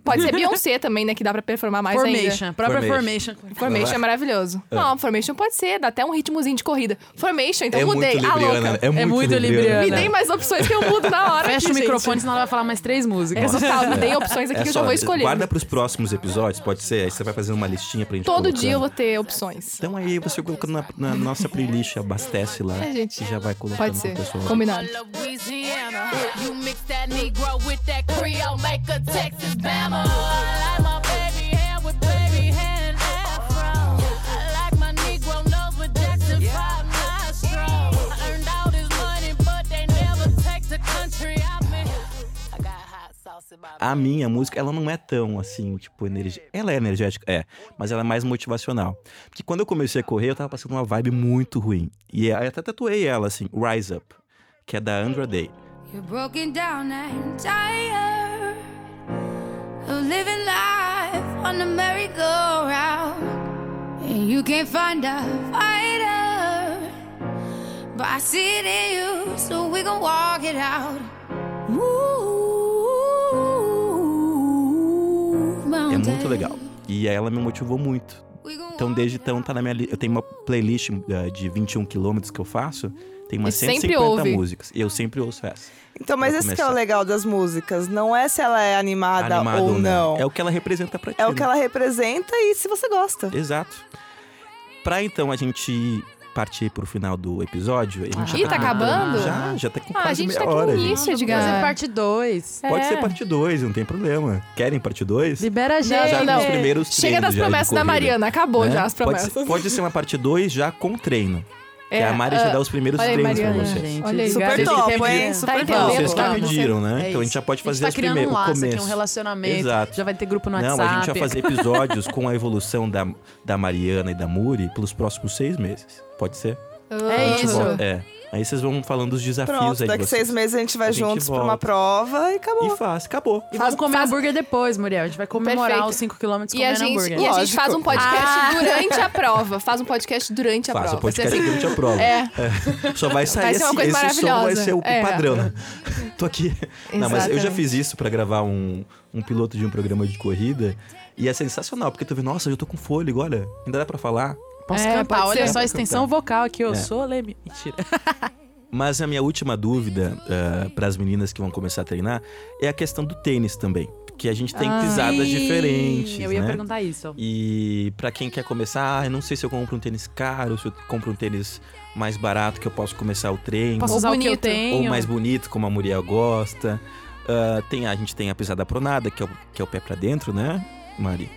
E: Pode ser Beyoncé *laughs* também, né? Que dá pra performar mais ainda.
D: formation, própria
B: Formation.
D: formation.
B: Ah.
E: Formation é maravilhoso. Não, Formation pode ser, dá até um ritmozinho de corrida. Formation, então
B: é,
E: mudei.
B: muito
E: ah,
B: libriana,
E: louca.
B: é muito
D: muito
B: libriana.
E: Me
D: libriana.
E: deem mais opções que eu mudo na hora.
D: Fecha
E: aqui,
D: o
E: gente. É,
D: microfone, senão ela vai falar mais três músicas.
E: Total, me deem opções aqui
B: É
E: que eu
B: só-
E: já vou escolher.
B: Guarda pros próximos episódios, pode ser? Aí você vai fazendo uma listinha pra gente
E: Todo
B: colocando.
E: dia eu vou ter opções.
B: Então aí você colocando na, na nossa playlist, abastece lá.
E: É, gente.
B: E já vai colocando
E: Pode
B: pro
E: ser.
B: Tá pessoal.
E: Combinado.
H: Louisiana. You mix that Negro with that Creole, make a Texas Bama. I like my baby hair with baby hair and afro. I like my Negro nose with Jackson 5 nostrils. Earned all this money, but they never take the country out me. I got hot sauce in my
B: A minha música, ela não é tão assim, tipo, energética. Ela é energética, é, mas ela é mais motivacional. Porque quando eu comecei a correr, eu tava passando uma vibe muito ruim. E aí eu até tatuei ela, assim, Rise Up, que é da Andra Day.
I: You're broken down and tired of living life on the merry-go-round, and you can't find a fighter. But I see it in you, so we gon' walk it out. Move
B: É muito
I: mountains.
B: legal. É E aí ela me motivou muito.
I: We gon'
B: Então, desde então, tá na minha li... Eu tenho uma playlist eh, de 21 quilômetros que eu faço. Tem umas
E: E sempre
B: 150
E: ouve.
B: músicas. E eu sempre ouço essa.
F: Então, mas
B: Pra
F: esse que é o
B: começar.
F: legal das músicas. Não é se ela é animada,
B: Animado
F: ou não.
B: É o que ela representa pra ti.
F: É o
B: né?
F: que ela representa e se você gosta.
B: Exato. Pra então a gente partir pro final do episódio, a gente
E: Ih,
B: já
E: tá acabando?
B: Já, já tá com
E: Ah,
B: quase
E: a gente
B: meia
E: tá aqui
B: hora.
E: no
B: gente.
E: início,
D: Fazer
E: Edgar.
D: é parte 2.
B: Pode ser
E: É.
B: parte 2, não tem problema. Querem parte 2?
D: Libera a gente.
B: Já
E: Não,
B: com os
E: não.
B: primeiros
E: Chega
B: treinos
E: das
B: já de
E: promessas da
B: corrida,
E: Mariana, acabou
B: né?
E: já as promessas.
B: Pode, pode ser uma parte 2 já com treino. Que
E: É,
B: a Mari já
E: ah,
B: dá os primeiros
E: olha aí,
B: treinos pra
E: Mariana,
B: vocês.
D: gente.
E: Olha aí,
D: Super
E: Gabi.
D: top,
F: Top,
D: Vocês
F: hein?
D: que
B: Não,
E: entendendo?
F: Super top.
B: Tá, então, vocês que
E: Vamos.
B: pediram, né?
D: É
B: então a
D: isso.
B: gente já pode
D: A gente
B: fazer
D: tá
B: os
D: criando
B: primeiros.
D: um
B: o
D: laço
B: começo.
D: aqui, um relacionamento.
B: Exato.
D: Já vai ter grupo no
B: Não,
D: WhatsApp.
B: a gente vai fazer episódios com a evolução da, da Mariana e da Muri pelos próximos seis meses. Pode ser?
E: É
D: Isso.
B: Bom, É. Aí vocês vão falando dos desafios
F: Pronto,
B: aí de
F: daqui
B: vocês.
F: seis meses a gente vai
B: A gente
F: juntos pra uma
B: volta.
F: prova e acabou.
B: E faz, acabou.
D: E vamos comer hambúrguer depois, Muriel. A gente vai comemorar
E: Perfeito.
D: os 5km
E: E a,
D: comendo
E: gente,
D: hambúrguer.
E: e a gente
F: Lógico.
E: faz um podcast durante a prova. Faz um podcast durante a
B: Faz o
E: prova. Você-
B: podcast durante a prova.
E: É,
B: Só vai sair
E: ser uma
B: esse,
E: coisa
B: esse som vai
E: maravilhosa.
B: ser o, o
E: É.
B: padrão. né? Tô aqui. Não, mas eu já
E: Exatamente.
B: fiz isso pra gravar um, um piloto de um programa de corrida. E é sensacional, porque tu vê, nossa, eu tô com fôlego, olha. Ainda dá pra falar.
D: Posso
E: É,
D: cantar,
E: pode
D: olha
E: ser.
D: só a extensão vocal aqui. Eu
B: É.
D: sou Leme. Mentira.
B: Mas a minha última dúvida para as meninas que vão começar a treinar é a questão do tênis também. Porque a gente tem
E: Ah,
B: pisadas
D: Sim,
B: diferentes,
D: Eu ia
B: né?
D: perguntar isso.
B: E pra quem quer começar, ah, eu não sei se eu compro um tênis caro, se eu compro um tênis mais barato que eu posso começar o treino,
D: Posso
E: Ou
D: usar o que eu
E: bonito.
B: ou
D: tenho?
B: mais bonito, como a Muriel gosta. Ah, tem, a gente tem a pisada pronada, que é o, que é o pé pra dentro, né, Mari?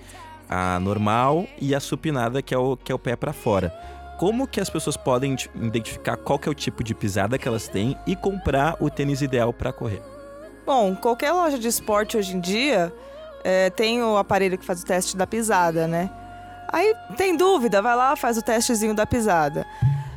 B: A normal e a supinada, que é o, que é o pé pra fora. Como que as pessoas podem te- identificar qual que é o tipo de pisada que elas têm e comprar o tênis ideal pra correr?
F: Bom, qualquer loja de esporte hoje em dia é, tem o aparelho que faz o teste da pisada, né? Aí tem dúvida, vai lá, faz o testezinho da pisada.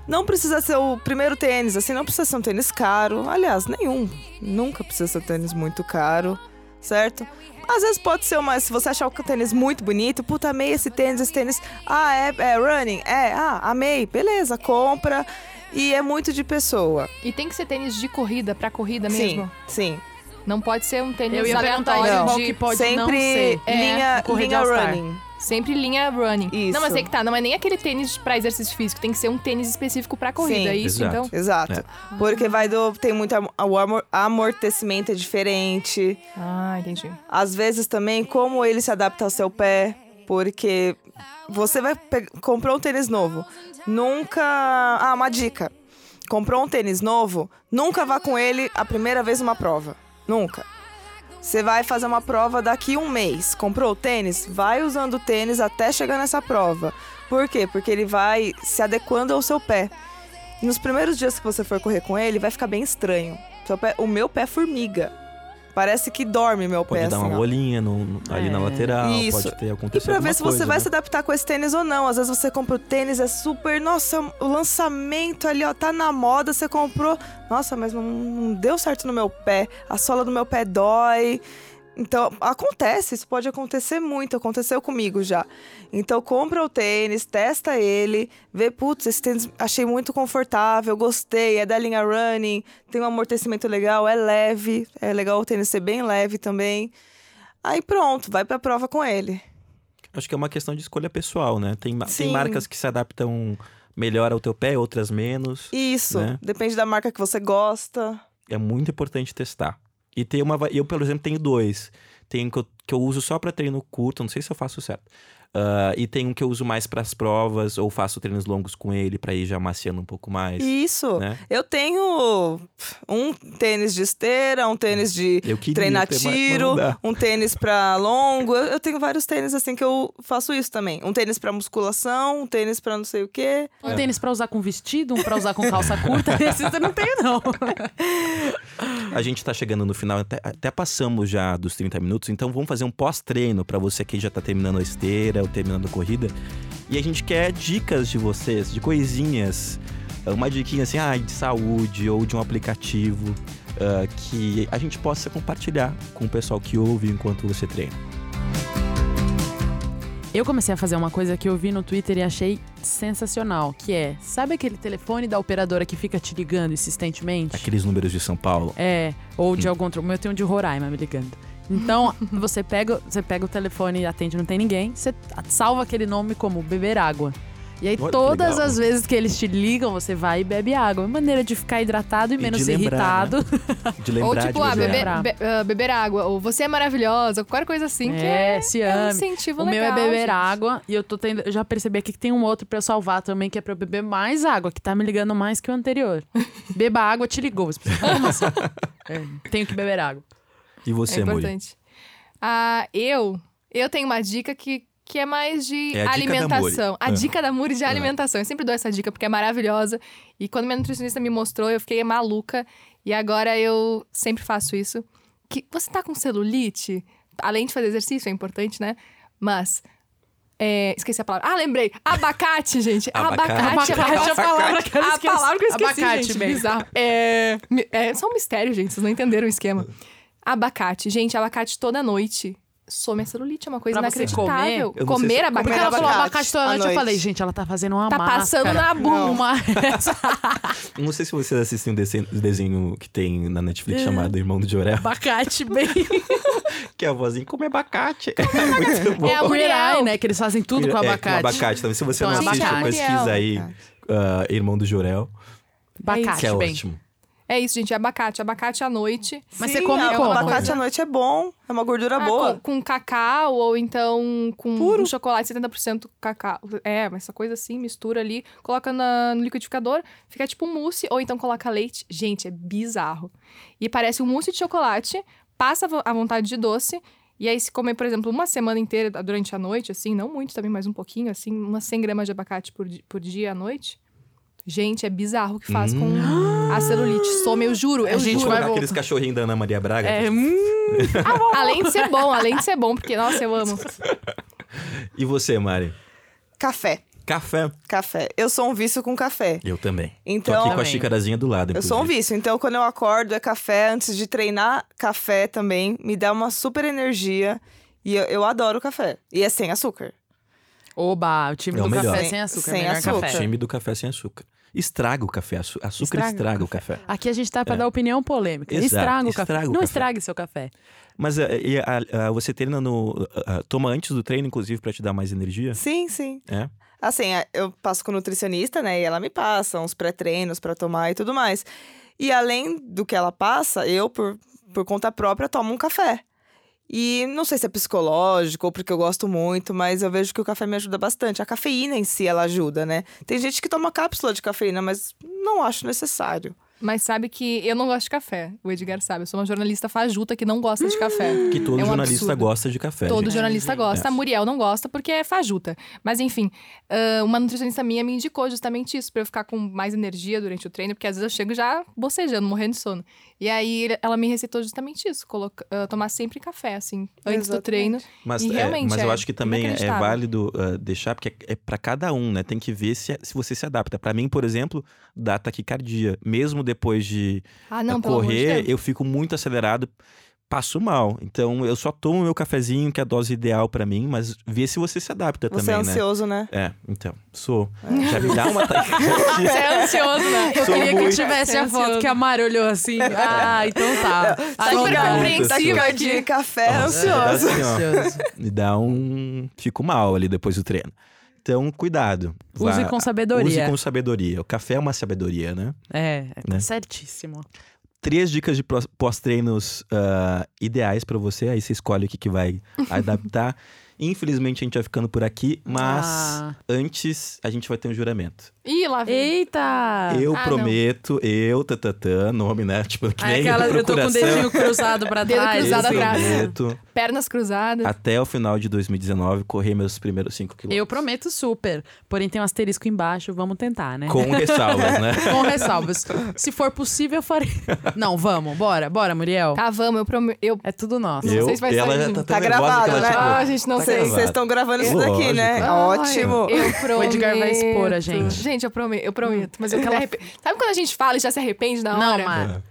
F: Não precisa ser o primeiro tênis, assim, não precisa ser um tênis caro. Aliás, nenhum. Nunca precisa ser um tênis muito caro, certo? Às vezes pode ser uma. Se você achar o tênis muito bonito, puta, amei esse tênis, esse tênis. Ah, é, é running? É, ah, amei. Beleza, compra. E é muito de pessoa.
E: E tem que ser tênis de corrida, pra corrida
F: Sim,
E: É mesmo.
F: sim.
E: Não pode ser um tênis
D: Eu ia perguntar
E: aleatório
D: isso,
F: Não.
D: qual
E: de...
D: que pode não
F: Sempre
D: ser.
F: linha,
D: É, correr de
F: linha
D: All-Star.
F: running.
E: Sempre linha running.
F: Isso.
E: Não, mas tem que tá. Não é nem aquele tênis pra exercício físico. Tem que ser um tênis específico pra corrida.
F: Sim.
E: é isso,
B: Exato.
E: então?
F: Exato.
B: É.
F: Porque vai do. Tem muito. am- O amor- amortecimento é diferente.
E: Ah, entendi.
F: Às vezes também, como ele se adapta ao seu pé. Porque você vai. pe- Comprou um tênis novo. Nunca. Ah, uma dica. Comprou um tênis novo, nunca vá com ele a primeira vez numa prova. Nunca. Você vai fazer uma prova daqui um mês. Comprou o tênis? Vai usando o tênis até chegar nessa prova. Por quê? Porque ele vai se adequando ao seu pé. E nos primeiros dias que você for correr com ele, vai ficar bem estranho. Seu pé- o meu pé formiga. Parece que dorme meu
B: Pode
F: pé.
B: dar
F: assim,
B: uma
F: ó.
B: bolinha no- no- ali na
D: É.
B: lateral,
F: Isso.
B: pode ter
F: E
B: acontecido
F: pra ver
B: alguma
F: se você
B: coisa,
F: vai
B: né?
F: se adaptar com esse tênis ou não. Às vezes você compra o tênis, é super. Nossa, o lançamento ali, ó, tá na moda, você comprou. Nossa, mas não, não deu certo no meu pé. A sola do meu pé dói. Então, acontece, isso pode acontecer muito, aconteceu comigo já. Então, compra o tênis, testa ele, vê, putz, esse tênis achei muito confortável, gostei, é da linha running, tem um amortecimento legal, é leve, é legal o tênis ser bem leve também. Aí pronto, vai pra prova com ele.
B: Acho que é uma questão de escolha pessoal, né? Tem, ma- tem
F: Sim.
B: marcas que se adaptam melhor ao teu pé, outras menos.
F: Isso,
B: né?
F: depende da marca que você gosta.
B: É muito importante testar. E tem uma. va- Eu, por exemplo, tenho dois. Tem um que eu, que eu uso só pra treino curto, não sei se eu faço certo. Ah, e tem um que eu uso mais pras provas, ou faço treinos longos com ele pra ir já maciando um pouco mais.
F: Isso.
B: né?
F: Eu tenho um tênis de esteira, um tênis de
B: Eu queria
F: treinar
B: ter, mas- mas
F: tiro,
B: não dá.
F: um tênis pra longo. Eu, eu tenho vários tênis assim que eu faço isso também. Um tênis pra musculação, um tênis pra não sei o quê.
D: Um tênis pra usar com vestido, um pra usar com calça curta. *laughs* Esse eu não tenho, não.
B: A gente tá chegando no final, até, até passamos já dos 30 minutos, então vamos fazer um pós-treino pra você que já tá terminando a esteira ou terminando a corrida. E a gente quer dicas de vocês, de coisinhas, uma diquinha assim, ah, de saúde ou de um aplicativo ah, que a gente possa compartilhar com o pessoal que ouve enquanto você treina.
D: Eu comecei a fazer uma coisa que eu vi no Twitter e achei sensacional, que é, sabe aquele telefone da operadora que fica te ligando insistentemente?
B: Aqueles números de São Paulo. Hum.
D: É, ou de algum outro. O meu tem um de Roraima me ligando.
B: *laughs*
D: Então, você pega, você pega o telefone e atende, não tem ninguém, você salva aquele nome como beber água. E aí,
B: Olha que
D: todas
B: legal.
D: as vezes que eles te ligam, você vai e bebe água. É uma maneira de ficar hidratado e,
B: E
D: menos
B: de lembrar, né?
D: irritado.
B: De lembrar
E: ou tipo, ah,
B: de beber.
E: beber, be- ah, beber água, ou você é maravilhosa, qualquer coisa assim, que é,
D: É, se
E: é um
D: ame.
E: incentivo
D: O meu é
E: legal.
D: beber
E: gente.
D: água e eu tô tendo, eu já percebi aqui que tem um outro pra eu salvar também, que é pra eu beber mais água, que tá me ligando mais que o anterior. Beba água, te ligou. Você precisa- Como assim? É, tenho que beber água.
B: E você,
E: é
B: Muri?
E: importante. Ah, eu, eu tenho uma dica que, que é mais de
B: É a dica da
E: alimentação.
B: Muri. Ah.
E: a dica da Muri de alimentação. Eu sempre dou essa dica porque é maravilhosa. E quando minha nutricionista me mostrou, eu fiquei maluca. E agora eu sempre faço isso. Que você tá com celulite? Além de fazer exercício, é importante, né? Mas. é, esqueci a palavra. Ah, lembrei. Abacate, gente.
B: Abacate.
E: Abacate.
D: Abacate é a palavra que eu
E: A
D: esqueci.
E: palavra que eu esqueci,
D: Abacate,
E: gente.
D: bem.
E: Bizarro. É, mi- é só um mistério, gente. Vocês não entenderam o esquema. Abacate. Gente, abacate toda noite. Some a celulite, é uma coisa
D: Pra você
E: inacreditável.
B: comer? Eu não sei
E: comer
B: se-
E: abacate.
D: Porque ela falou
F: abacate
D: abacate toda
F: à
D: noite, eu
F: noite.
D: falei, gente, ela tá fazendo uma
E: Tá
D: máscara.
E: passando na bunda.
D: Uma...
B: Não sei se vocês assistem um desenho, um desenho que tem na Netflix chamado Irmão do Jorel, *laughs*
D: *laughs* abacate bem.
B: que é a vozinha come abacate. *laughs* É muito bom.
E: É a
D: O Mirai,
E: Muriel.
D: né? Que eles fazem tudo com
B: É,
D: abacate.
B: abacate também. Se você
D: Então,
B: não
D: é
B: assiste,
D: abacate.
B: pesquisa aí ah, Irmão do Jorel,
D: Abacate
B: que é
D: bem.
B: ótimo.
E: É isso, gente. Abacate. Abacate à noite.
D: Mas você come
F: a-
D: como?
F: O abacate à noite é bom, é uma gordura
E: Ah,
F: boa.
E: Com, com cacau ou então com um chocolate 70% cacau. É, mas essa coisa assim, mistura ali, coloca na- no liquidificador, fica tipo um mousse ou então coloca leite. Gente, é bizarro. E parece um mousse de chocolate, passa vo- a vontade de doce. E aí, se comer, por exemplo, uma semana inteira da- durante a noite, assim, não muito também, mas um pouquinho, assim, umas 100 gramas de abacate por, di- por dia à noite. Gente, é bizarro o que faz com a celulite. Some, eu juro, eu
D: Hum. A gente
B: Tipo
E: juro.
D: vai
B: aqueles cachorrinhos da Ana Maria Braga.
D: É, hum,
E: Além de ser bom, além de ser bom, porque, nossa, eu amo.
B: E você, Mari?
F: Café.
B: Café.
F: Café. Eu sou um vício com café.
B: Eu também. Tô
F: Então,
B: aqui com a
D: Também.
B: xicarazinha do lado.
F: eu sou um
B: inclusive.
F: vício. Então, quando eu acordo, é café. Antes de treinar, café também. Me dá uma super energia. E eu, eu adoro café. E é sem açúcar.
D: Oba, o time
B: É o
D: do
B: melhor.
D: café sem açúcar.
F: Sem
D: melhor
F: açúcar.
D: café.
B: Time do café sem açúcar. Estraga o café. açu- Açúcar estraga,
D: Estraga o
B: o café.
D: Aqui a gente tá pra dar opinião polêmica.
B: É. Exato,
D: Estraga o café.
B: estraga o
D: não
B: café.
D: estrague seu café.
B: Mas ah, e a- a- você treina no. ah, ah, toma antes do treino, inclusive, pra te dar mais energia?
F: Sim, sim.
B: É?
F: Assim, a- eu passo com nutricionista, né? E ela me passa uns pré-treinos pra tomar e tudo mais. E além do que ela passa, eu, por, por conta própria, tomo um café. E não sei se é psicológico ou porque eu gosto muito, mas eu vejo que o café me ajuda bastante. A cafeína em si, ela ajuda, né? Tem gente que toma cápsula de cafeína, mas não acho necessário.
E: Mas sabe que eu não gosto de café. O Edgar sabe. Eu sou uma jornalista fajuta que não gosta de café.
B: Que todo
E: É um
B: jornalista
E: absurdo.
B: gosta né? É. de café.
E: Todo
B: gente.
E: jornalista gosta. A Muriel não gosta porque é fajuta. Mas enfim, ah, uma nutricionista minha me indicou justamente isso, pra eu ficar com mais energia durante o treino, porque às vezes eu chego já bocejando, morrendo de sono. E aí ele- ela me receitou justamente isso: coloca- ah, tomar sempre café, assim, antes do
F: Exatamente.
E: treino.
B: Mas,
E: E
B: é,
E: realmente
B: mas eu
E: é
B: acho que também é
E: inacreditável.
B: válido ah, deixar, porque é, é para cada um, né? Tem que ver se, se você se adapta. Pra mim, por exemplo, dá taquicardia. Mesmo depois de
E: Ah, não,
B: ah,
E: pelo amor de
B: correr,
E: Deus.
B: eu fico muito acelerado, passo mal. Então, eu só tomo meu cafezinho, que é a dose ideal pra mim, mas vê se você se adapta
F: Você
B: também,
F: é
B: né?
F: ansioso, É. né?
B: É, então, sou. Já me dá
F: *laughs*
B: uma taquicardia.
D: É ansioso, né? Eu
B: Sou
D: queria que eu
B: muito.
D: tivesse a
E: É
D: foto
E: ansioso.
D: que a Mari olhou assim. Ah, então tá.
B: Super
D: tá.
B: compreensível
F: Taquicardia e café
B: Nossa, me dá
F: ansioso.
B: assim, ó,
D: Ansioso.
B: me dá um... Fico mal ali depois do treino. Então, cuidado.
D: Use
B: Vá-
D: com sabedoria.
B: Use com sabedoria. O café é uma sabedoria, né?
D: É,
B: Né?
D: certíssimo.
B: três dicas de pró- pós-treinos ah, ideais pra você. Aí você escolhe o que, que
E: *laughs*
B: vai adaptar. Infelizmente, a gente vai ficando por aqui, mas
D: Ah.
B: antes a gente vai ter um juramento.
E: Ih, lá vem.
D: Eita!
B: eu
E: ah,
B: prometo, eu, tatatã, nome, né? Tipo, que
D: Aí
B: nem
D: aquela, eu tô com o
B: procuração.
D: dedinho cruzado
E: *laughs*
D: pra
E: Dedo
D: trás.
E: cruzado
B: eu
D: assim.
E: um atrás. *laughs*
B: prometo,
E: Pernas cruzadas.
B: até o final de 2019, correr meus primeiros 5
D: Eu
B: quilômetros.
D: prometo super. Porém, tem um asterisco embaixo, vamos tentar, né?
B: Com ressalvas, né?
D: Com ressalvas. Se for possível,
B: *laughs*
D: eu farei. Não, vamos, bora, bora, Muriel.
E: Tá, vamos, eu prometo. Eu...
D: É tudo nosso.
E: *laughs* Não
B: eu,
E: sei se vai
B: ela
E: sair,
B: já
E: gente.
B: tá tão
F: Tá
B: nervosa que
F: gravado,
B: ela,
F: né?
B: tipo,
E: Ah, gente, não
B: tá
E: sei.
F: Vocês
B: gravado.
F: estão gravando isso
B: Lógico.
F: daqui, né?
E: Ai,
F: Ótimo.
E: Eu prometo.
D: Tá *laughs* O Edgar vai expor a gente.
E: Gente, eu prometo, eu prometo. Mas eu quero arrepender. Sabe quando a gente fala e já se arrepende na hora?
D: Não, Mari.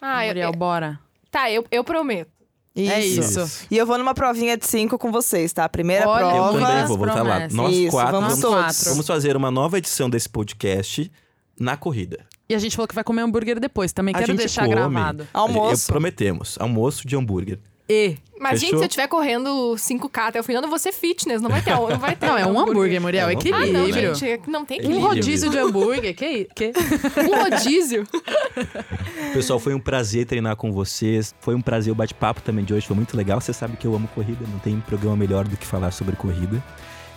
E: Ah, eu,
D: Muriel, bora.
E: tá, eu, eu prometo.
D: É
B: Isso.
D: isso.
F: E eu vou numa provinha de cinco com vocês, tá? Primeira
D: Olha,
B: Eu
D: Novas
B: também
F: prova.
B: vou voltar lá.
D: promessas.
B: Nós
F: Isso,
B: quatro
F: vamos
B: vamos,
F: todos.
B: vamos fazer uma nova edição desse podcast na corrida.
D: E a gente falou que vai comer hambúrguer depois também.
B: A
D: Quero
B: gente
D: deixar
B: come.
D: gravado.
B: A gente-
F: Almoço.
B: eu- prometemos. Almoço de hambúrguer.
D: E.
E: Mas, gente,
B: Fechou?
E: se eu estiver correndo 5K até o final, eu vou ser fitness, não vai ter. Não, vai ter
D: Não, é um hambúrguer, Muriel.
B: É um
E: Ah,
D: equilíbrio.
E: não, gente, é que não tem
D: Um
E: equilíbrio.
D: rodízio de hambúrguer. Que isso? Que?
E: Um rodízio.
B: Pessoal, foi um prazer treinar com vocês. Foi um prazer o bate-papo também de hoje, foi muito legal. Você sabe que eu amo corrida, não tem programa melhor do que falar sobre corrida.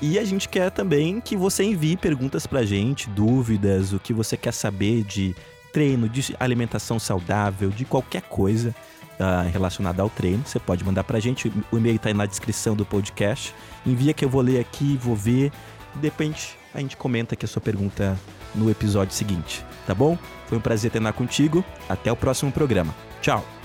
B: E a gente quer também que você envie perguntas pra gente, dúvidas, o que você quer saber de treino, de alimentação saudável, de qualquer coisa ah, relacionada ao treino. Você pode mandar pra gente, o e-mail tá aí na descrição do podcast. Envia que eu vou ler aqui, vou ver. De repente, a gente comenta aqui a sua pergunta no episódio seguinte, tá bom? Foi um prazer treinar contigo. Até o próximo programa. Tchau!